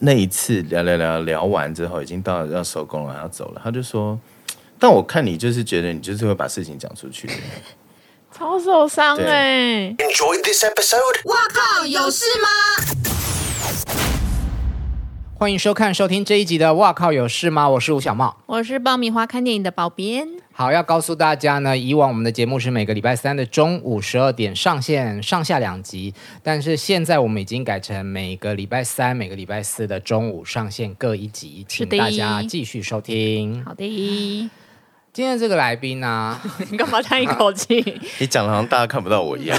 那一次聊聊聊聊完之后，已经到了要收工了，要走了，他就说：“但我看你就是觉得你就是会把事情讲出去的。超受伤哎、 Enjoyed this episode? 欢迎收看、收听这一集的《哇靠有事吗》，我是吴小茂。我是爆米花看电影的保编，好，要告诉大家呢，以往我们的节目是每个礼拜三的中午十二点上线，上下两集，但是现在我们已经改成每个礼拜三、每个礼拜四的中午上线各一集，是请的大家继续收听。 好的。今天这个来宾呢、 你干嘛叹一口气？ 你讲的好像大家看不到我一 样。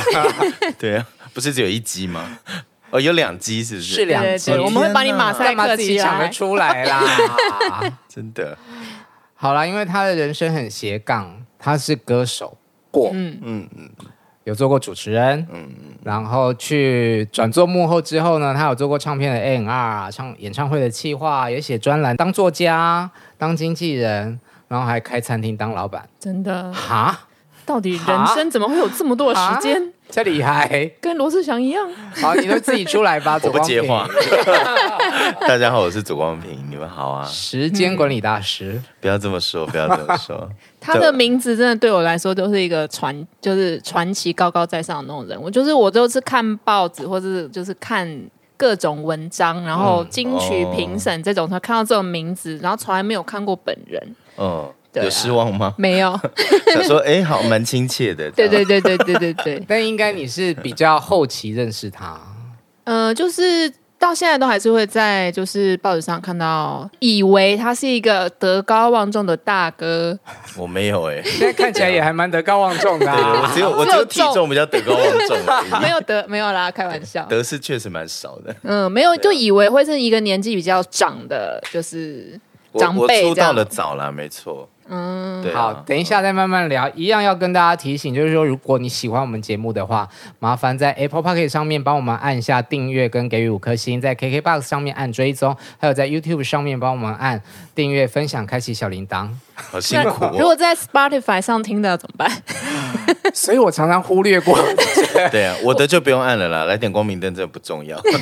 对啊，不是只有一鸡吗？哦，有两鸡是不是？ 是两对集对对，我们会把你马赛干嘛克自起己想得来。出来啦？真的。好啦，因为他的人生很斜杠，他是歌手过，嗯嗯嗯，有做过主持人，嗯然后去转做幕后之后呢，他有做过唱片的 A N R，唱演唱会的企划，也写专栏，当作家，当经纪人，然后还开餐厅当老板，真的，哈，到底人生怎么会有这么多的时间？这厉害！跟罗志祥一样，好，你都自己出来吧， 我不接左光话 平。。大家好，我是左光平，你们好啊！时间管理大师，不要这么说，不要这么说。他的名字真的对我来说都是一个传，就是传奇高高在上的那种人。我就是我都是看报纸或者是就是看各种文章，然后嗯金曲评审这种，才看到这种名字，然后从来没有看过本人，嗯，对啊有失望 吗？没有。想说，哎、好，蛮亲切的。对对对对对对对，但应该你是比较后期认识他，呃，就是到现在都还是会在就是报纸上看到，以为他是一个德高望重的 大哥，我没有哎、现在看起来也还蛮德高望重的、对，啊我。 只有我只有体重比较德高望重而已，没有德没有啦，开玩笑。德啊是确实蛮少的。嗯，没有，就以为会是一个年纪比较长的，就是我长我辈出这道样。的早啦，没错。嗯，对、啊。好，等一下再慢慢聊。一样要跟大家提醒，就是说，如果你喜欢我们节目的话，麻烦在 Apple p o c k e t 上面帮我们按下订阅跟给予五颗星，在 KKBox 上面按追踪，还有在 YouTube 上面帮我们按订阅、分享、开启小铃铛。好辛苦、如哦。果在 Spotify 上听的怎么办？ 所以我常常忽略过， 对啊，我的就不用按了啦，来点光明灯真的不重 要。对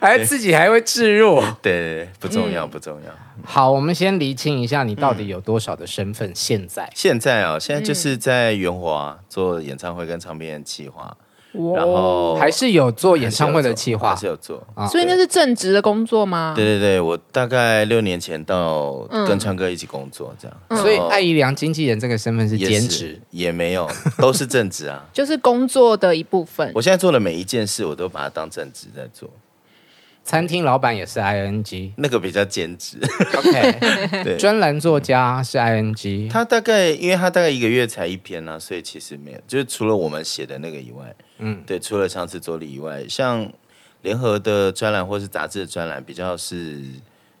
还自己还会置入。对对，不重嗯要、不重要。好，我们先厘清一下，你到底有多少的身份？现在现在啊、现在就是在元华做演唱会跟唱片企划， 然后嗯哦还是有做演唱会的计还划啊是有做。 所以那是正职的工作吗？对对对，我大概六年前到跟川哥一起工作，这样，所以艾怡良经纪人这个身份是也嗯兼是职。也没有，都是正职啊。 就是工作的一部分我。现在做的每一件事，我都把它当正职在做，餐厅老板也是 ING。那个比较兼 职。 OK，对专栏作家是 ING。他大概，因为他大概一个月才一篇啊，所以其实没有，就是除了我们写的那个以外，嗯，对，除了上次周丽以外，像联合的专栏或是杂志的专栏，比较是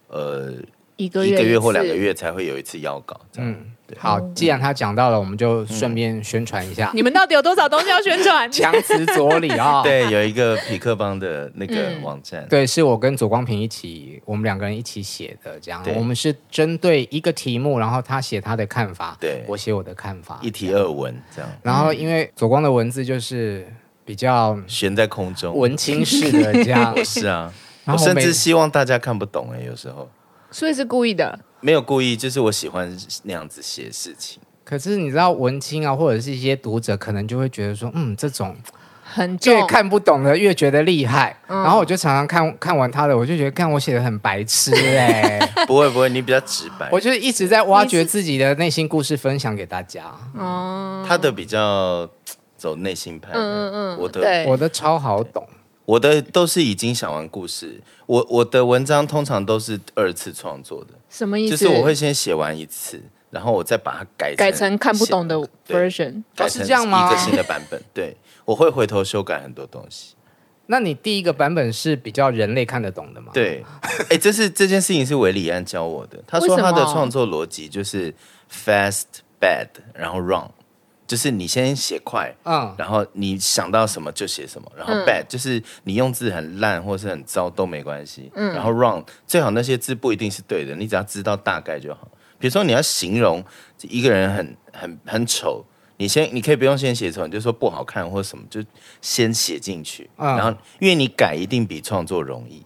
呃一个一月个月一或次两个，月才会有一次要稿，这嗯样。好，嗯既然他讲到了，我们就顺便宣传一下你们到底有多少东西要宣 传？ 强词夺理啊。对，有一个匹克邦的那个网站，对，是我跟左光平一起，我们两个人一起写的，这样对。我们是针对一个题目，然后他写他的看法，对我写我的看法一。题二文这样然后因为左光的文字就是比较悬在空中。文青式的这 样，是啊，然我后甚每至希望大家看不懂哎、有时候所以是故意的。没有故意，就是我喜欢那样子写事情。可是你知道文青啊，或者是一些读者，可能就会觉得说，嗯，这种很重越看不懂的越觉得厉害，然后我就常常看看完他的，我就觉得看我写的很白 痴哎、不会不会，你比较直白我。就是一直在挖掘自己的内心故事，分享给大家。哦，他的比较走内心派的，嗯嗯嗯我的对，我的超好懂，我的都是已经想完故事，我我的文章通常都是二次创作的，什么意就思？是我会先写完一次，然后我再把它改改成看不懂的对 version。改哦成是这样吗一个新的版 本，对我会回头修改很多东西。那你第一个版本是比较人类看得懂的吗？， 对，哎，这是这件事情是韦礼安教我的，他为说什他的么创作逻辑就是 fast bad，然后 wrong，就是你先写快，嗯，然后你想到什么就写什么，然后嗯 bad、就是你用字很烂或是很糟都没关系，然后 wrong 最好那些字不一定是对的，你只要知道大概就好。比如说你要形容一个人很很很丑，你先你可以不用先写丑，你就说不好看或什么，就先写进去，嗯然后因为你改一定比创作容易，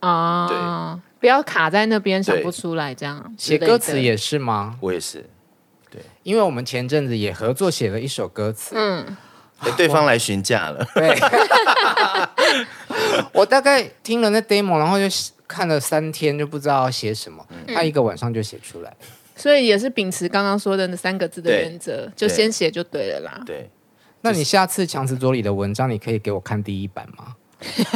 啊，对，不要卡在那边想对不出来这样。写之类歌词的也是吗？我也是。因为我们前阵子也合作写了一首歌词，嗯，哎对方来询价了， 对， 我大概听了那 demo，然后就看了三天，就不知道要写什么，他一个晚上就写出来。所以也是秉持刚刚说的那三个字的对原则，就对先写就对了啦。对那你下次强词夺理的文章，你可以给我看第一版吗？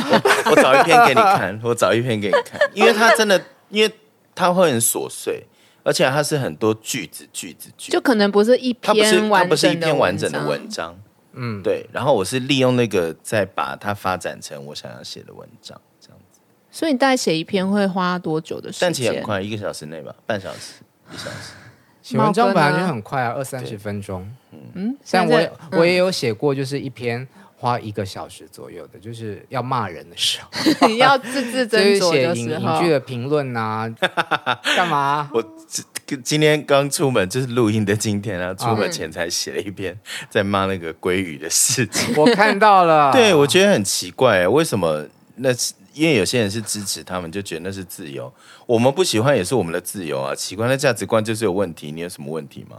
我找一篇给你看，我找一篇给你看，因为它真的，因为它会很琐碎，而且它是很多句子、句子、句子就可能不是一它不是篇它完不是一整的篇完整的章文章，嗯，对。然后我是利用那个再把它发展成我想要写的文章，这样子。所以你大概写一篇会花多久的时间？但其实很快，一个小时内吧，半小时、一小时。写文章冒本根啊来就很快啊，二三十分钟。嗯，但现我在也我也有写过，就是一篇花一个小时左右的，就是要骂人的时 候，你要字字 就斟是酌写的影时影剧候，的评论 啊，干嘛？啊我今今天刚出门，就是录音的今天啊，出门嗯前才写了一篇在骂那个鲑鱼的事情。 我看到了， 对，我觉得很奇怪，欸为什么那是？因为有些人是支持他们，就觉得那是自由。我们不喜欢也是我们的自由啊，奇怪，那价值观就是有问题。你有什么问题 吗？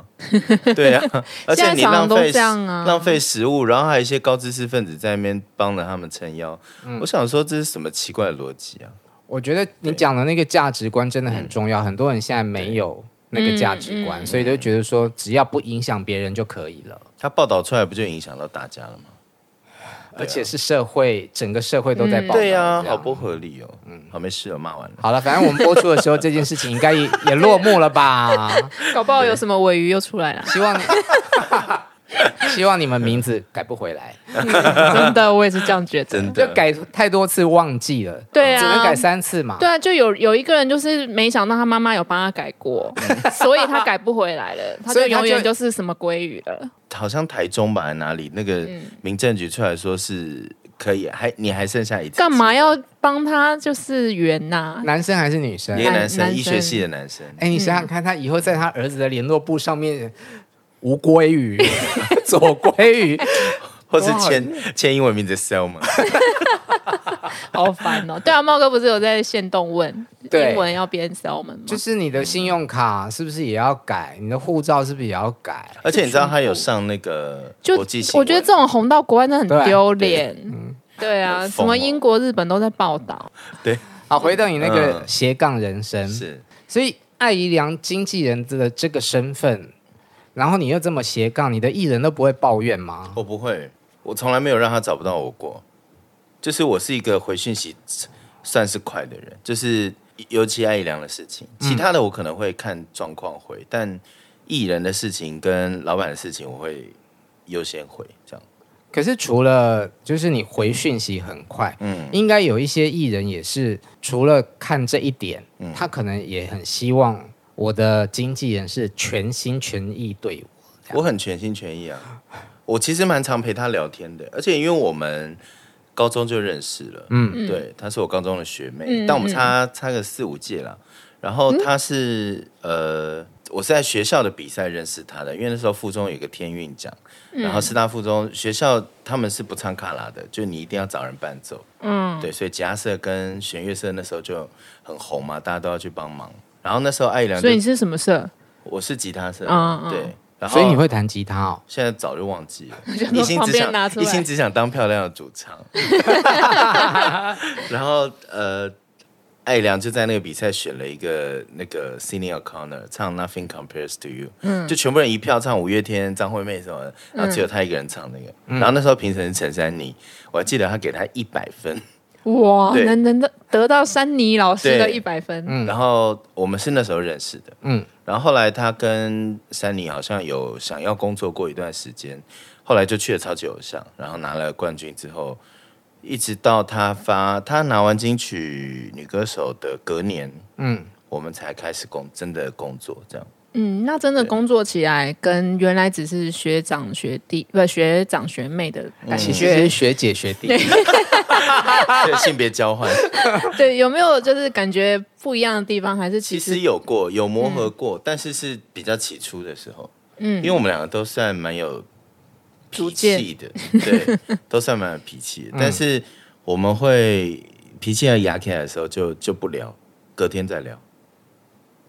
对啊，而且现在你常浪常都费这样啊浪费食物，然后还有一些高知识分子在那边帮着他们撑腰。嗯我想说这是什么奇怪的逻辑啊？我觉得你讲的那个价值观真的很重要，很多人现在没有那个价值嗯观，所以就觉得说只要不影响别人就可以了，啊他报道出来不就影响到大家了吗？而且是社会整个社会都嗯在报道这对样。啊，好不合理哦。嗯，好，没事了，骂完了。好了，反正我们播出的时候，这件事情应该也也落幕了吧？搞不好有什么尾鱼又出 来了。希望 希望你们名字改不回来，真的，我也是这样觉真得。就的，改太多次忘记了，对啊只能改三次嘛。对啊，就有有一个人就是没想到他妈妈有帮他改过，嗯所以他改不回来了，他所就以他就永远就是什么鲑鱼了。好像台中吧，还哪里那个嗯民政局出来说是可以，还你还剩下一次干嘛要帮他就是圆呐、男生还是女生一？个男男生，男医学系的男生，哎，你想想看，他以后在他儿子的联络簿上面，吴鲑鱼、 左鲑鱼，或是签签英文名字 Selma，好烦哦！对啊，茂哥不是有在线动问对英文要编 salmon 吗？就是你的信用卡是不是也要改？你的护照是不是也要改？而且你知道他有上那个就国际新闻，我觉得这种红到国外真的对啊很丢脸。对啊，很什疯哦么英国、日本都在报道。对好，回到你那个嗯斜杠人生，是所以艾姨良经纪人的这个身份，然后你又这么斜杠，你的艺人都不会抱怨吗？我哦不会，我从来没有让他找不到我过，就是我是一个回讯息算是快的人，就是尤其艾怡良的事情，嗯其他的我可能会看状况回，但艺人的事情跟老板的事情我会优先回，这样可是除了就是你回讯息很快，嗯，应该有一些艺人也是除了看这一点，他可能也很希望我的经纪人是全心全意对我。我很全心全意啊。我其实蛮常陪他聊天的，而且因为我们高中就认识了，嗯，对，她是我高中的学妹，嗯但我们差差个四五届啦。然后她是、呃，我是在学校的比赛认识她的，因为那时候附中有个天韵奖，然嗯后师大附中学校他们是不唱卡拉的，就你一定要找人伴奏，嗯，对，所以吉他社跟弦乐社那时候就很红嘛，大家都要去帮忙。然后那时候艾怡良就所以，你是什么社？我是吉他社，嗯嗯对，然后所以你会弹吉他哦？现在早就忘 记了，说一心旁只边拿想出一来心只想当漂亮的主唱。 然后呃，艾良就在那个比赛选了一个那个 c i n e O'Connor 唱 Nothing Compares to You，嗯，就全部人一票唱五月天、张惠妹什么的，然后嗯只有他一个人唱那个。然后那时候评审是陈珊妮，我还记得他给他一百分。哇，对能能得得到山妮老师的对一百分，然后我们是那时候认识的，嗯嗯，然后后来他跟珊妮好像有想要工作过一段时间，后来就去了超级偶像，然后拿了冠军之后，一直到他发他拿完金曲女歌手的隔年，嗯，我们才开始工真的工作这样。 嗯，那真的工作起来跟原来只是学长学弟不学长学妹的嗯感啊其实觉是，学姐学弟，对性别交换对，有没有就是感觉不一样的地方？还是其其实实有过有磨嗯合过，但是是比较起初的时候，嗯，因为我们两个都算蛮有逐脾渐气的，对，都算蛮有 嗯脾气的。但是我们会脾气要压起来的时候就，就不聊，隔天再聊。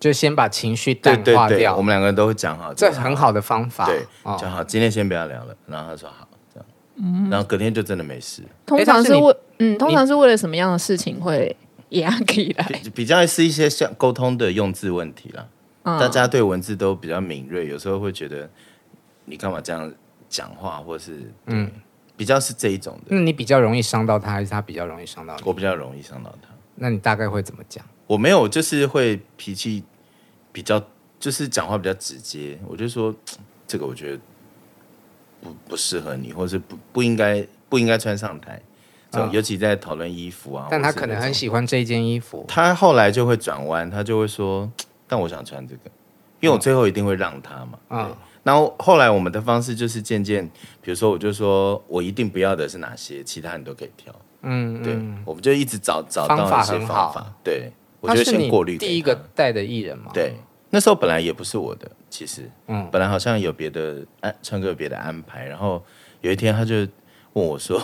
就先把情绪对淡对化对，掉我，们两个都会讲好，这很好的方法。对，哦嗯讲好，今天先不要聊了。然后他说好，这样，然后隔天就真的没事，通常但是是你为嗯，通常是为了什么样的事情会 也起哎来？比比较是一些像沟通的用字问题啦。嗯大家对文字都比较敏锐，有时候会觉得你干嘛这样讲话，或是嗯，比较是这一种的，那你比较容易伤到他，还是他比较容易伤到你？我比较容易伤到他。那你大概会怎么讲？我没有，就是会脾气比较，就是讲话比较直接。我就说这个我觉得不不适合你，或是不不应该不应该穿上台。这种、嗯尤其在讨论衣服啊，但他或是可能那很种喜欢这一件衣服，他后来就会转弯，他就会说：“但我想穿这个，因为我最后一定会让他嘛。嗯对。然后后来我们的方式就是渐渐，比如说我就说我一定不要的是哪些，其他你都可以挑。嗯，对，嗯我们就一直找找到方法一些很方好法。对，我他就是先你过滤给第一个他带的艺人嘛？，对，那时候本来也不是我的，其实，嗯本来好像有别的安，唱歌有别的安排。然后有一天他就问我说：“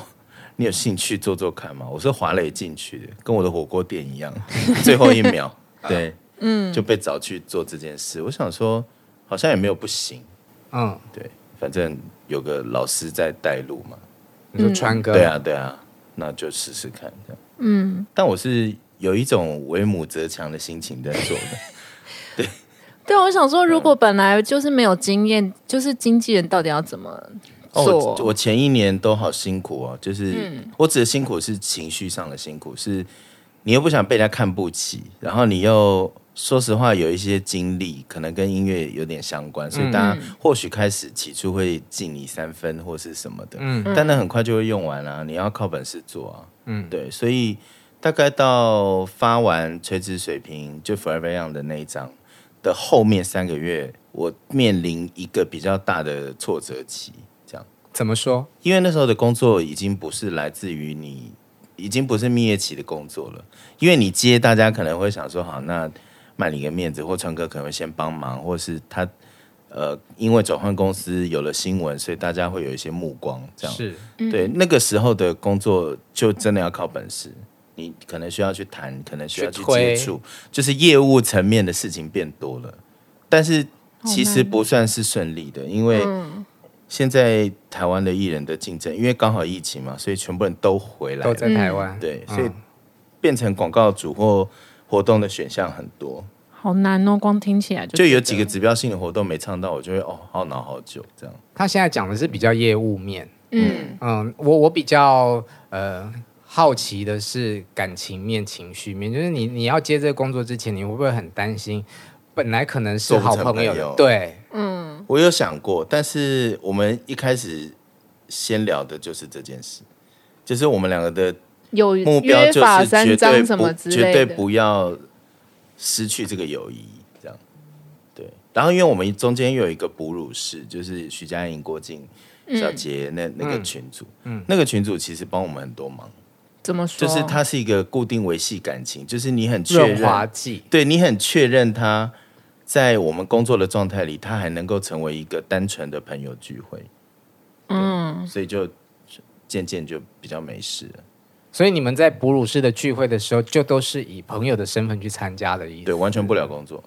你有兴趣做做看吗？”我说：“华磊进去的，跟我的火锅店一样， 最后一秒， 对，嗯，就被找去做这件事。”我想说，好像也没有不行，嗯，对，反正有个老师在带路嘛，你说川哥，对，啊，对啊，那就试试看，这样，嗯。但我是有一种为母则强的心情在做的。对，啊我想啊说，如果本来就是没有经验，就是经纪人到底要怎么哦，做？我我前一年都好辛苦哦，就是、我指的辛苦是情绪上的辛苦，是你又不想被人家看不起，然后你又说实话有一些经历可能跟音乐有点相关，所以大家或许开始起初会敬你三分或是什么的，嗯但那很快就会用完啦、你要靠本事做啊，嗯对，所以大概到发完《垂直水平》就 Forever Young 的那一张的后面三个月，我面临一个比较大的挫折期，这样。怎么说？因为那时候的工作已经不是来自于你，已经不是蜜月期的工作了。因为你接，大家可能会想说，好，那卖你个面子，或川哥可能会先帮忙，或是他呃，因为转换公司有了新闻，所以大家会有一些目光，这样是，对。那个时候的工作就真的要靠本事，你可能需要去谈，可能需要去去推接触，就是业务层面的事情变多了，但是其哦实不算是顺利的，因为、嗯现在台湾的艺人的竞争，因为刚好疫情嘛，所以全部人都回来都了，在台湾，对，嗯所以变成广告主或活动的选项很多，好难哦，光听起来就就觉有得几个指标性的活动没唱到，我就会哦懊恼好久这样。他现在讲的是比较业务面，嗯嗯，我我比较呃好奇的是感情面、情绪面，就是你你要接这个工作之前，你会不会很担心？本来可能是做不好成朋友朋的友，对，嗯我有想过，但是我们一开始先聊的就是这件事，就是我们两个的呃有目标约就法是三绝章对什么不之绝类对的，不要失去这个友谊，这样对。然后因为我们中间又有一个哺乳室，就是徐佳莹、郭靖、小杰那那个群组，那个群组其实帮我们很多忙，怎么说？就是它是一个固定维系感情，就是你很确润滑认，剂，对你很确认他在我们工作的状态里，他还能够成为一个单纯的朋友聚会，嗯，所以就渐渐就比较没事了。所以你们在哺乳室的聚会的时候，就都是以朋友的身份去参加的意思。对，完全不聊工作。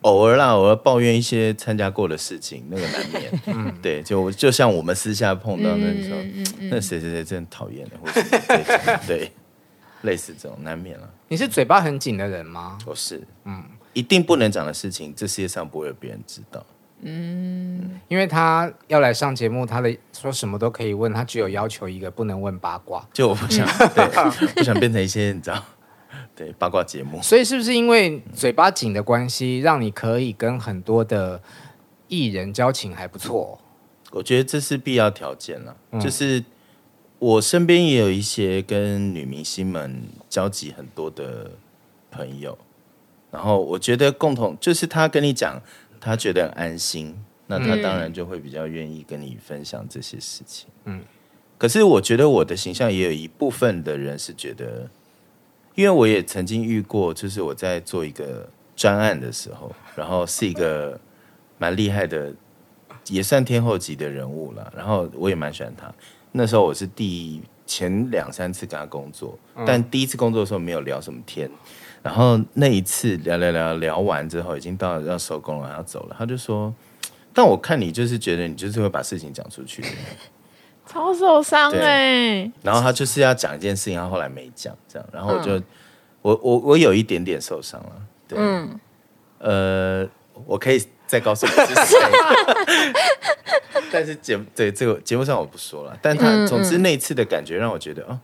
偶尔啦，偶尔抱怨一些参加过的事情，那个难免。嗯，对，就就像我们私下碰到那时候，那谁谁谁真讨厌的，或者什么这种对，类似这种难免了。你是嘴巴很紧的人吗？我是，嗯，一定不能讲的事情，这世界上不会有别人知道。因为他要来上节目，他的说什么都可以问，他只有要求一个不能问八卦。就我不想，对，不想变成一些你知道，对八卦节目。所以是不是因为嘴巴紧的关系，让你可以跟很多的艺人交情还不错？我觉得这是必要条件了。就是我身边也有一些跟女明星们交集很多的朋友，然后我觉得共同就是她跟你讲，她觉得很安心，那她当然就会比较愿意跟你分享这些事情。嗯，可是我觉得我的形象也有一部分的人是觉得，因为我也曾经遇过，就是我在做一个专案的时候，然后是一个蛮厉害的也算天后级的人物了，然后我也蛮喜欢他。那时候我是第前两三次跟他工作，但第一次工作的时候没有聊什么天，然后那一次聊聊聊聊完之后，已经到了要收工了，要走了，他就说：“但我看你就是觉得你就是会把事情讲出去。”超受伤哎、然后他就是要讲一件事情，他后来没讲，这样，然后我就、我我我有一点点受伤了，对，嗯呃，我可以再告诉你是 谁，但是节对这个节目上我不说了，但他、嗯嗯总之那一次的感觉让我觉得哦，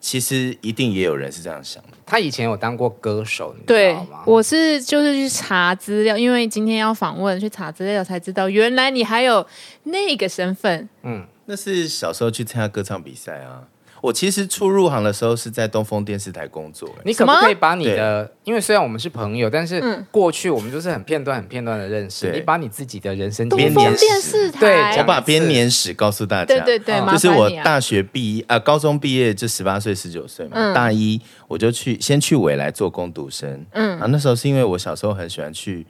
其实一定也有人是这样想的，他以前有当过歌手，你知对道吗？，我是就是去查资料，因为今天要访问，去查资料才知道，原来你还有那个身份。那是小时候去参加歌唱比赛啊。我其实初入行的时候是在东风电视台工作、欸你可不什么嗯可以把你的，因为虽然我们是朋友，但是过去我们就是很片段、很片段的认识。对你把你自己的人生东经历编风年史电视台，对我讲把一次编年史告诉大家，对对对，嗯麻就是烦我你啊。大学毕业啊、高中毕业就十八岁、十九岁嘛，嗯大一我就去先去未来做工读生，嗯，然后那时候是因为我小时候很喜欢去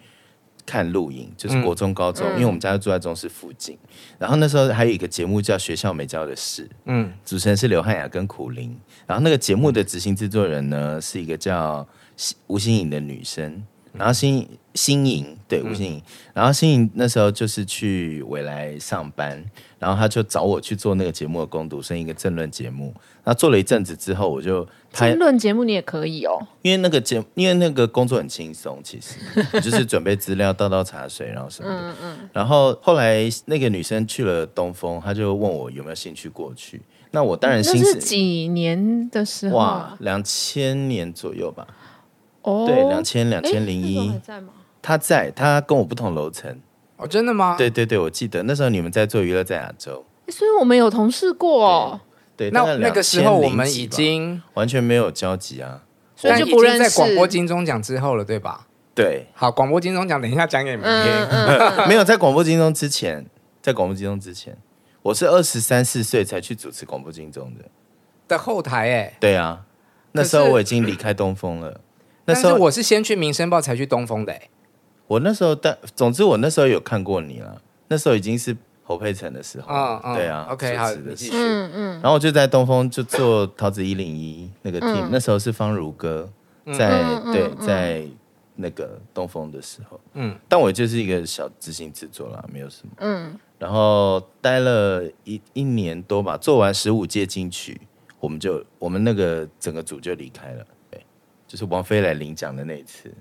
看露营，嗯就是国中、高中，嗯因为我们家就住在中市附近，然后那时候还有一个节目叫《学校没教的事》，嗯，主持人是刘汉雅跟苦林，然后那个节目的执行制作人呢是一个叫吴欣颖的女生，然后欣欣颖对吴欣颖，然后欣颖那时候就是去未来上班，然后她就找我去做那个节目的攻读生一个政论节目，那做了一阵子之后，我就她争论节目你也可以哦，因为那个节因为那个工作很轻松，其实 你就是准备资料、倒倒茶水，然后什么嗯的。然后后来那个女生去了东风，她就问我有没有兴趣过去，那我当然那心是思。几年的时候哇啊？，两千年左右吧，哦，对，两千两诶千零那时候一还，在吗？他在，他跟我不同楼层。哦，真的吗？，对对对，我记得那时候你们在做娱乐在亚洲，诶所以我们有同事过哦，对，大那概那个时2000候我们几已吧经，完全没有交集啊。所以但就已不经认在识。广播金钟奖之后了，对吧？对，好，广播金钟奖，等一下讲给你们嗯听。嗯， 没有在广播金钟之前，在广播金钟之前，我是二十三四岁才去主持广播金钟的。的后台，哎，对啊，那时候可是我已经离开东风了。那但时是候我是先去民生报才去东风的，哎，我那时候但总之我那时候有看过你了，那时候已经是侯佩岑的时候了嗯，嗯对啊，OK，好，主持你的时继候续。嗯然后我就在东风就做桃子一零一那个 team，、那时候是方如歌在、嗯嗯对嗯在那个东风的时候，嗯嗯，但我就是一个小执行制作啦，没有什么，嗯，然后待了一一年多吧，做完十五届金曲，我们就我们那个整个组就离开了，对，就是王菲来领奖的那一 次，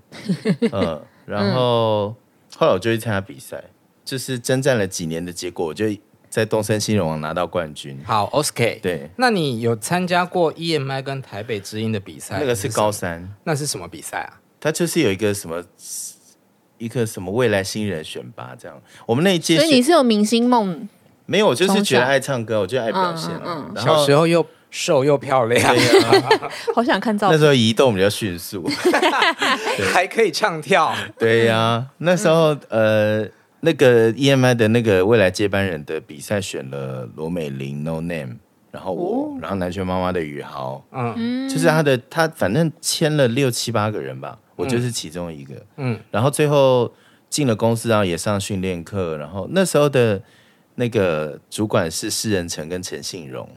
嗯，然后、后来我就去参加比赛，就是征战了几年的结果，我就在东森新人王拿到冠军。好，OK，对，那你有参加过 EMI 跟台北之音的比赛？那个是高，三，那是什么比赛啊？他就是有一个什么一个什么未来新人选拔这样。我们那一届所以你是是有明星梦，没有，我就是觉得从小爱唱歌，我就爱表现嗯啊。然小后时候又瘦又漂亮，好想看照那片。时候移动比较迅速， 还可以唱跳，对呀、嗯那时候呃。那个 EMI 的那个未来接班人的比赛选了罗美玲、No Name，然后我，然后南拳妈妈的宇豪，哦嗯就是他的他反正签了六七八个人吧，我就是其中一个。嗯，然后最后进了公司，然后也上训练课，然后那时候的那个主管是施仁成跟陈信 荣，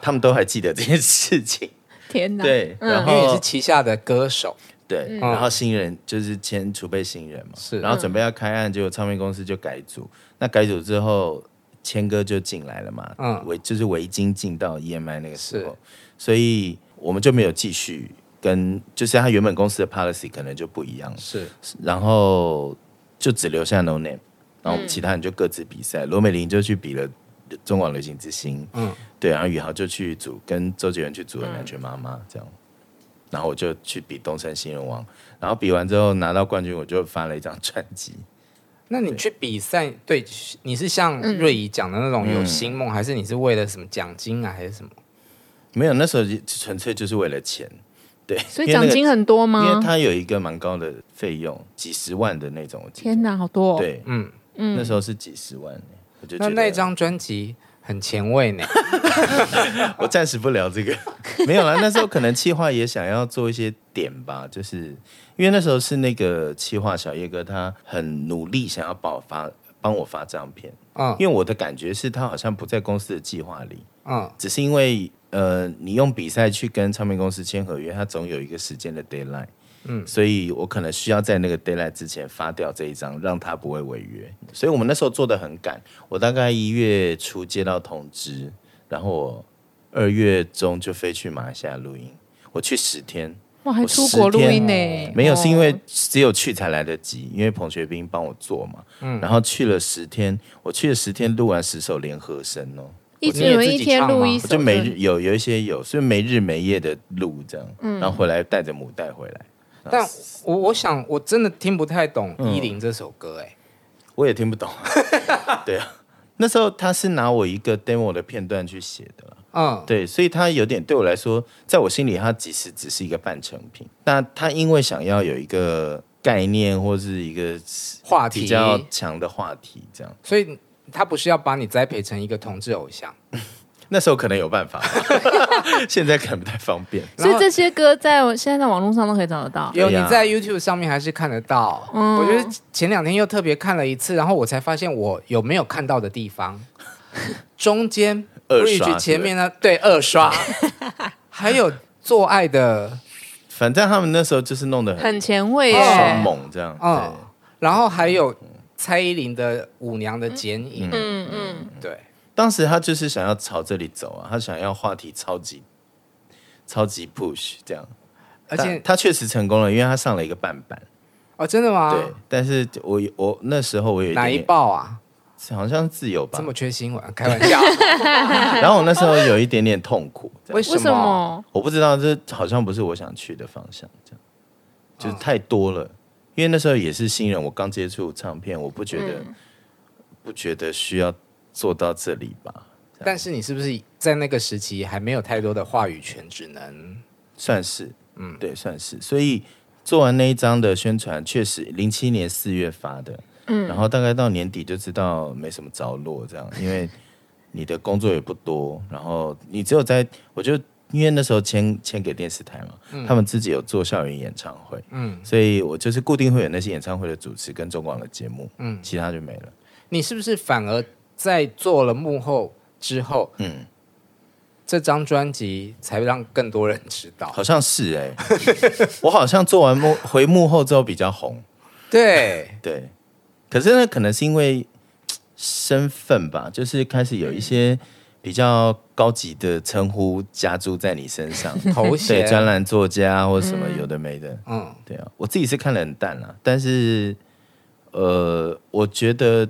他们都还记得这件事情。天哪！对，然因为你后是旗下的歌手，对，然后新人就是签储备新人嘛，是然后准备要开案，结果唱片公司就改组，那改组之后。谦哥就进来了嘛，嗯嗯，围就是围巾进到 EMI 那个时候是，所以我们就没有继续跟，就是他原本公司的 policy 可能就不一样了，是然后就只留下 No Name，然后我嗯们其他人就各自比赛。罗、美玲就去比了中广流行之星，嗯嗯，对，然后宇豪就去组跟周杰伦去组了南拳妈妈、嗯这样，然后我就去比东森新人王，然后比完之后拿到冠军，我就发了一张专辑。那你去比赛，对，你是像瑞怡讲的那嗯种有星梦，还是你是为了什么奖金啊，还是什么？没有，那时候就纯粹就是为了钱，对，所以因为那奖个金很多因为吗？他有一个蛮高的费用，几十万的那种，我记得天哪，好多、哦！，对，嗯，那时候是几十万，我就觉那得那一张专辑很前卫呢，我暂时不聊这个，没有啦。那时候可能企划也想要做一些点吧，就是因为那时候是那个企划小叶哥，他很努力想要帮我发帮我发唱片，嗯因为我的感觉是他好像不在公司的计划里，嗯，只是因为呃，你用比赛去跟唱片公司签合约，它总有一个时间的 deadline。嗯，所以我可能需要在那个 deadline 之前发掉这一张，让他不会违约。所以我们那时候做的很赶，我大概一月初接到通知，然后我二月中就飞去马来西亚录音，我去十天，哇，还我出国十录天音呢？没有，是因为哦只有去才来得及，因为彭学斌帮我做嘛。然后去了十天，我去了十天，录完十首联合声哦，一我直今天有自一己天唱录嘛一我首，就每日有有一些有，所以没日没夜的录这样，然后回来带着母带回来，但我我想我真的听不太懂嗯《依林》这首歌，哎，我也听不懂。 对啊，那时候他是拿我一个 demo 的片段去写的啦，嗯，对，所以他有点对我来说，在我心里他其实只是一个半成品。那他因为想要有一个概念或是一个话比题，较强的话题，这样。所以他不是要把你栽培成一个同志偶像，那时候可能有办法，现在可能不太方便。所以然后这些歌在我现在在网络上都可以找得到。有对你哎呀在 YouTube 上面还是看得到。嗯我觉得前两天又特别看了一次，然后我才发现我有没有看到的地 方，中间二刷 bridge 前面呢，对 二刷，还有做爱的，反正他们那时候就是弄得很很前卫很耶，猛，这样。嗯对，然后还有蔡依林的舞娘的剪影，嗯嗯，对，当时他就是想要朝这里走啊，他想要话题超级超级 push 这样，而且但他确实成功了，因为他上了一个半版。哦，真的吗？对，但是我我那时候我有一点哪一点报啊？好像自由吧这，么缺新闻？开玩 笑，然后我那时候有一点点痛苦，这样为为什么？我不知道这好像不是我想去的方向，这样啊就是太多了。因为那时候也是新人，我刚接触唱片，我不觉得、嗯不觉得需要做到这里吧，但是你是不是在那个时期还没有太多的话语权，只能算是嗯，对，算是。所以做完那一张的宣传，确实零七年四月发的，嗯，然后大概到年底就知道没什么着落，这样，因为你的工作也不多，然后你只有在，我就因为那时候签签给电视台嘛，他们自己有做校园演唱会，嗯，所以我就是固定会有那些演唱会的主持跟中广的节目，嗯，其他就没了。你是不是反而在做了幕后之后，嗯，这张专辑才让更多人知道？好像是哎、 我好像做完幕回幕后之后比较红，对，对，可是呢，可能是因为身份吧，就是开始有一些比较高级的称呼加注在你身上，头对，衔专栏作家啊或什么有的没的，嗯，对啊，我自己是看得很淡啦，但是呃，我觉得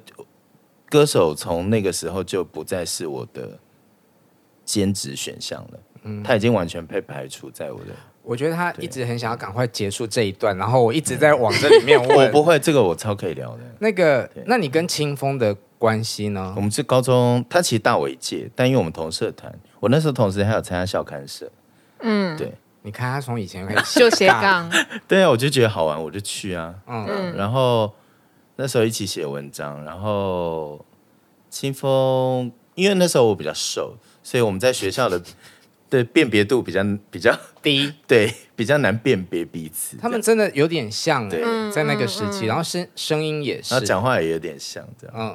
歌手从那个时候就不再是我的兼职选项了，嗯，他已经完全被排除在我的，我觉得他一直很想要赶快结束这一段，然后我一直在往这里面问我不会，这个我超可以聊的。那个，那你跟清风的关系呢我？们是高中，他其实大我一届，但因为我们同社团，我那时候同时还有参加校刊社。嗯，对你看他从以前开始就斜，杠， 对啊，我就觉得好玩，我就去啊。嗯，然后那时候一起写文章，然后清风，因为那时候我比较瘦，所以我们在学校 的对辨别度比较比较低，对比较难辨别彼此。他们真的有点像对欸，在那个时期，然后声声音也这样然后，是讲话也有点像，这样嗯，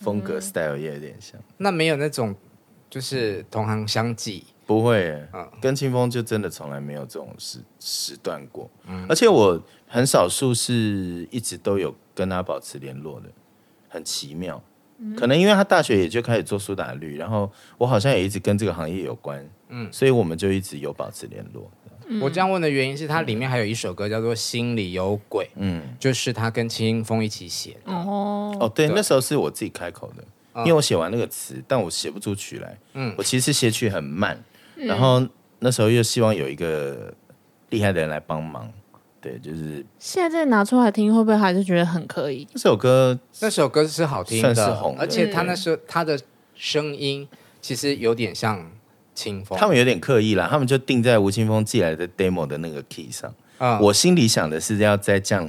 风格 style 也有点像。那没有那种就是同行相忌，不会耶、跟清风就真的从来没有这种时时段过。而且我很少数是一直都有跟他保持联络的，很奇妙。可能因为他大学也就开始做苏打绿，然后我好像也一直跟这个行业有关，嗯，所以我们就一直有保持联络。嗯我这样问的原因是，它里面还有一首歌叫做《心里有鬼》，嗯，就是他跟清风一起写的。哦，哦，对，那时候是我自己开口的，因为我写完那个词，但我写不出曲来。嗯，我其实写曲很慢，然后那时候又希望有一个厉害的人来帮忙。对，就是现在再拿出来听，会不会还是觉得很可以？这首歌那首歌是好听的，算是红的而且他那时候他的声音其实有点像清风。他们有点刻意啦，他们就定在吴青峰寄来的 demo 的那个 key 上。嗯我心里想的是要再降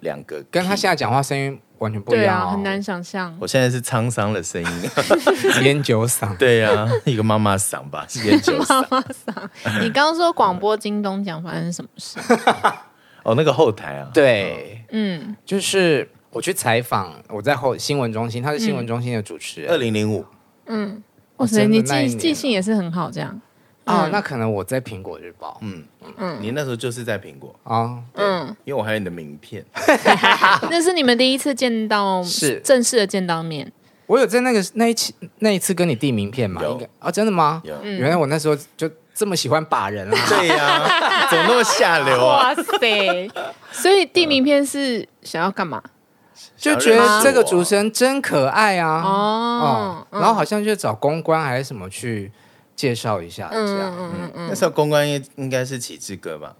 两个 key，跟他现在讲话声音完全不一对样、哦，啊，很难想象。我现在是沧桑的声音。 烟酒嗓。对呀、一个妈妈嗓吧，是烟酒 嗓。你刚刚说广播金钟奖发生什么事？哦，那个后台啊，，对，嗯，就是我去采访，我在后新闻中心，他嗯是新闻中心的主持人。二零零五，哇哦塞，啊真的你那一记年记性也是很好，这样哦，那可能我在苹果日报嗯嗯你那时候就是在苹果，哦，嗯，因为我还有你的名片，啊那是你们第一次见到，是正式的见到面，我有在那个那一期那一次跟你递名片嘛？有应该啊，真的吗？有！嗯原来我那时候就这么喜欢把人啊嗯对呀，怎么那么下流啊？哇 塞！所以递名片是想要干嘛？ 就觉得这个主持人真可爱啊！嗯哦哦，，然后好像就找公关还是什么去介绍一下，这样、嗯嗯那时候公关应应该是启志哥吧？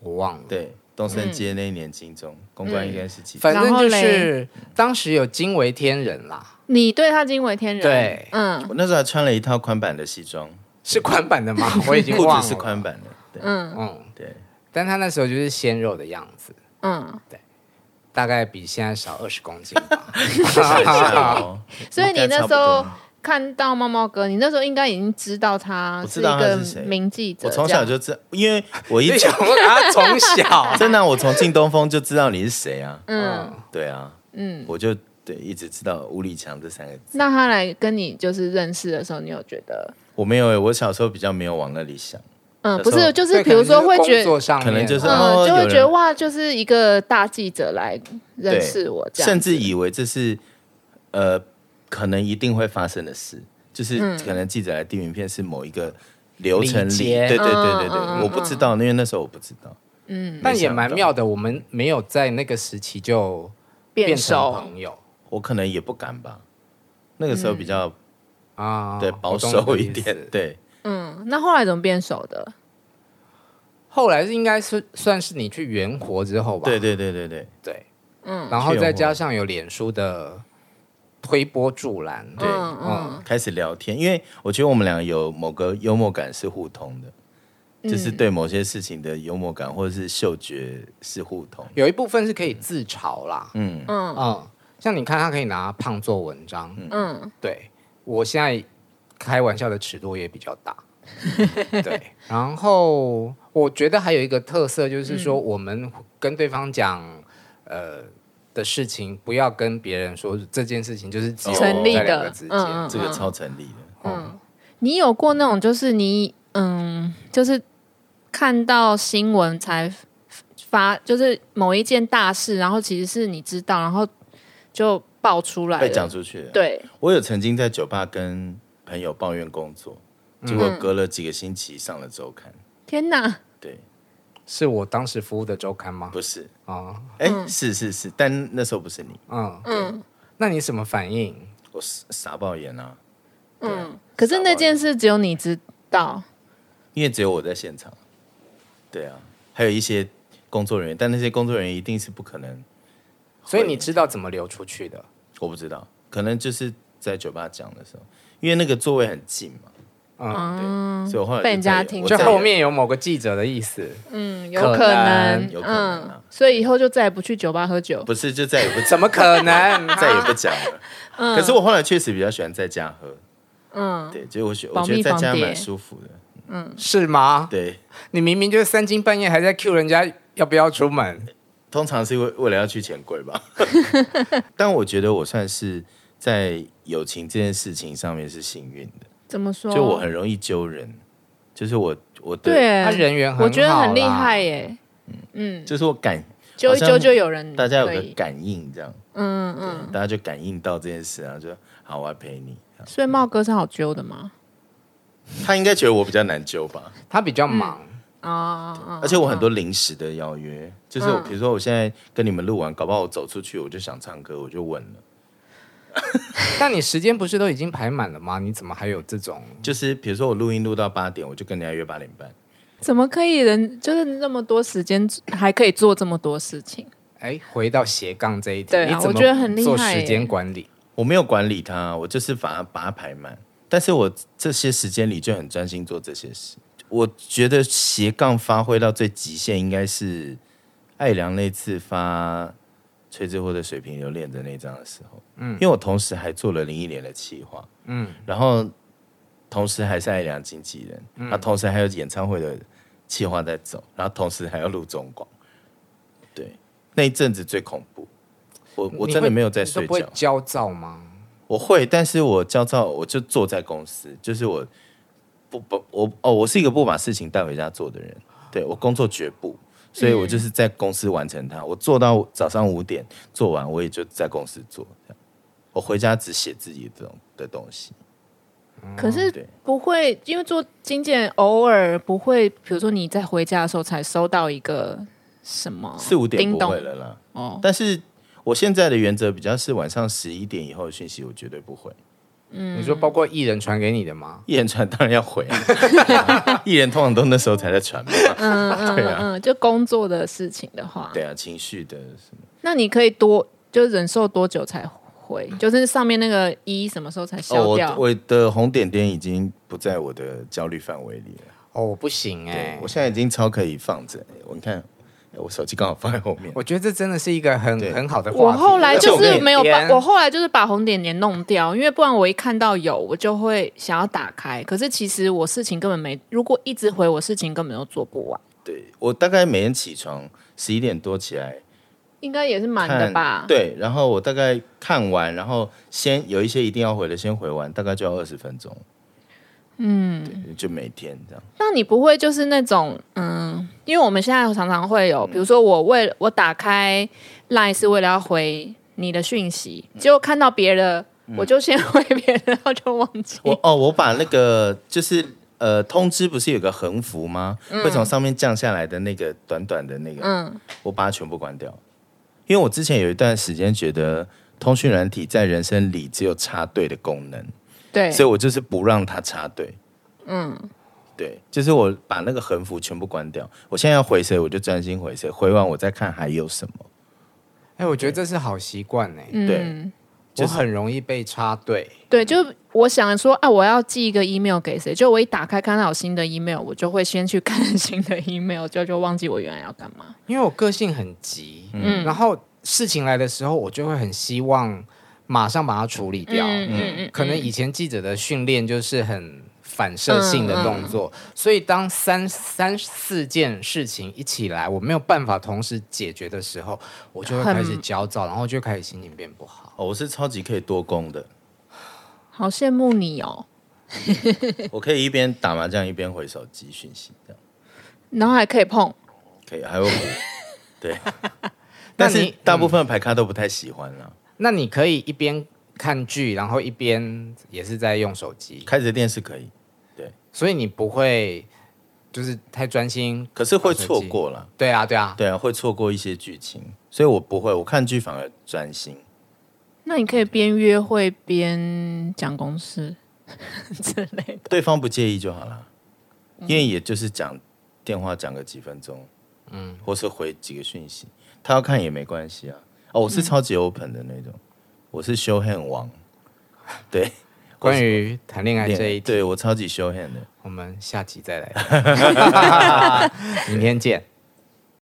我忘了。对，东升街那一年金钟，公关应该是启志。嗯反正然后就是当时有惊为天人啦，你对他惊为天人，对嗯我那时候还穿了一套宽版的西装，是宽版的吗？我已经裤忘子了。是宽版的，对嗯嗯，对，但他那时候就是鲜肉的样子，嗯，大概比现在少二十公斤吧。 下流。所以你那应该时差不候多看到猫猫哥，你那时候应该已经知道他我是知一道他个是谁名记者，我从小这样就知道，因为我一 你想我把他从 小真的啊，我从靳东风就知道你是谁啊，嗯对啊，嗯。我就对一直知道吴立强这三个字。那他来跟你就是认识的时候，你有觉得我没有、欸，我小时候比较没有往那里想，嗯，小不时候是，就是对比如说会觉工作上面可能就是嗯，哦就会有觉得人哇，就是一个大记者来认识我这样，甚至以为这是呃可能一定会发生的事，就是嗯可能记者来递名片是某一个流程礼里，节对对对对对，嗯嗯嗯我不知道，因为那时候我不知道，嗯但也蛮妙的，我们没有在那个时期就变变成熟，朋友我可能也不敢吧，那个时候比较、啊，对我保懂你的守一意思点，。对。嗯，那后来怎么变熟的？后来是应该是算是你去圆活之后吧，对对对对对，对，嗯然后再加上有脸书的推波助澜，对哦嗯嗯，开始聊天，因为我觉得我们俩有某个幽默感是互通的，嗯就是对某些事情的幽默感或者是嗅觉是互通。有一部分是可以自嘲啦，嗯，嗯嗯，像你看他可以拿胖做文章，嗯，对我现在开玩笑的尺度也比较大，对。然后我觉得还有一个特色就是说，嗯我们跟对方讲，呃。的事情不要跟别人说这件事情，就是只有成我立哦在两的个之间，嗯嗯这个超成立的。你有过那种就是你嗯，就是看到新闻才发，就是某一件大事，然后其实是你知道，然后就爆出来被讲了，出去了。对，我有曾经在酒吧跟朋友抱怨工作，嗯结果隔了几个星期上了周刊。天哪，对，是我当时服务的周刊吗？不是，哦啊，哎、是是是，但那时候不是你，嗯，嗯那你什么反应？我傻傻爆眼啊，嗯，可是那件事只有你知道，因为只有我在现场。对啊，还有一些工作人员，但那些工作人员一定是不可能，所以你知道怎么流出去的？我不知道，可能就是在酒吧讲的时候，因为那个座位很近嘛，嗯，对，所以我后来啊被人家就再也听我就再也后面有某个记者的意思，嗯，有可可能能，有可能啊嗯，所以以后就再也不去酒吧喝酒，不是就再也不 怎么 可能？再也不讲了。可是我后来确实比较喜欢在家喝，嗯，对，就我觉保我觉得密在防家谍蛮舒服的，是吗？对，你明明就是三更半夜还在 Q 人家要不要出门，通常是为为了要去钱柜 吧。但我觉得我算是在友情这件事情上面是幸运的，怎么说？就我很容易揪人，就是我我对，哦对，他人缘很嗯好，我觉得很厉害。耶，嗯，就是我感揪一好揪像就有嗯人可以，大家有个感应这样，嗯嗯，大家就感应到这件事，然后就好，我要陪你。所以茂哥是好揪的嘛？他应该觉得我比较难揪吧，他比较忙，嗯啊，而且我很多临时的邀约，就是我嗯比如说我现在跟你们录完，搞不好我走出去我就想唱歌，我就问了。但你时间不是都已经排满了吗？你怎么还有这种？就是比如说我录音录到八点，我就跟人家约八点半。怎么可以人就是那么多时间还可以做这么多事情？哎，回到斜杠这一题，对啊你怎我么觉得很厉害做时间管理？我没有管理他，我就是把它把它排满。但是我这些时间里就很专心做这些事。我觉得斜杠发挥到最极限，应该是艾良那次发崔智慧的水平流恋的那张的时候。嗯，因为我同时还做了零一年的企划，嗯，然后同时还是艾良经纪人，嗯、然后同时还有演唱会的企划在走，然后同时还要录中广。对，那一阵子最恐怖。我我真的没有在你会睡你都不觉会，焦躁吗？我会，但是我焦躁，我就坐在公司，就是我不不，我哦，我是一个不把事情带回家做的人，对我工作绝不，所以我嗯就是在公司完成它，我做到早上五点做完，我也就在公司做，这样我回家只写自己这种的东西，可是嗯对不会，因为做经纪人偶尔不会，比如说你在回家的时候才收到一个什么四五点叮不咚会了啦。哦，但是我现在的原则比较是晚上十一点以后的讯息，我绝对不回。嗯你说包括艺人传给你的吗？艺人传当然要回， 艺人通常都那时候才在传嘛。对啊，嗯，就工作的事情的话，对啊，情绪的什么那你可以多就忍受多久才回？就是上面那个一什么时候才哦，消掉？我我的红点点已经不在我的焦虑范围里了。哦，我不行哎、对，我现在已经超可以放着。我你看，我手机刚好放在后面。我觉得这真的是一个很对很好的话题。啊我后来就而且我是跟没有把，编我后来就是把红点点弄掉，因为不然我一看到有，我就会想要打开。可是其实我事情根本没，如果一直回我事情根本都做不完，对我大概每天起床十一点多起来应该也是满看的吧？，对，然后我大概看完，然后先有一些一定要回的先回完，大概就要二十分钟。嗯，对，就每天这样。那你不会就是那种嗯，因为我们现在常常会有，比如说我为我打开 Line 是为了要回你的讯息，结果看到别的。嗯我就先回别人，然后就忘记。我哦，我把那个就是呃，通知不是有个横幅吗？会从上面降下来的那个短短的那个，嗯我把它全部关掉，因为我之前有一段时间觉得通讯软体在人生里只有插队的功能，对，所以我就是不让它插队。嗯，对，就是我把那个横幅全部关掉。我现在要回谁，我就专心回谁，回完我再看还有什么。哎、我觉得这是好习惯哎，对嗯就是我很容易被插队。对，就我想说啊，我要寄一个 email 给谁？就我一打开看到有新的 email，我就会先去看 新的 email，就就忘记我原来要干嘛。因为我个性很急，嗯然后事情来的时候，我就会很希望马上把它处理掉。嗯嗯嗯，可能以前记者的训练就是很反射性的动作，嗯所以当三三四件事情一起来，我没有办法同时解决的时候，我就会很开始焦躁，然后就开始心情变不好。哦，我是超级可以多工 的，好羡慕你哦，我可以一边打麻将一边回手机讯息，这样然后还可以碰。可以，还 有对。但是你嗯大部分的牌咖都不太喜欢啦，那你可以一边看剧，然后一边也是在用手机，开着电视可以，所以你不会就是太专心。可是会错过啦。对啊，对啊，对啊，会错过一些剧情，所以我不会，我看剧反而专心。那你可以边约会边讲公事 之类的。对方不介意就好了，嗯因为也就是讲电话讲个几分钟，嗯，或是回几个讯息，他要看也没关系啊。哦，我是嗯超级 open 的那种，我是 show hand 王，对， 关于谈恋爱恋这一题，对我超级 show hand 的。 我们下集再来，明天见。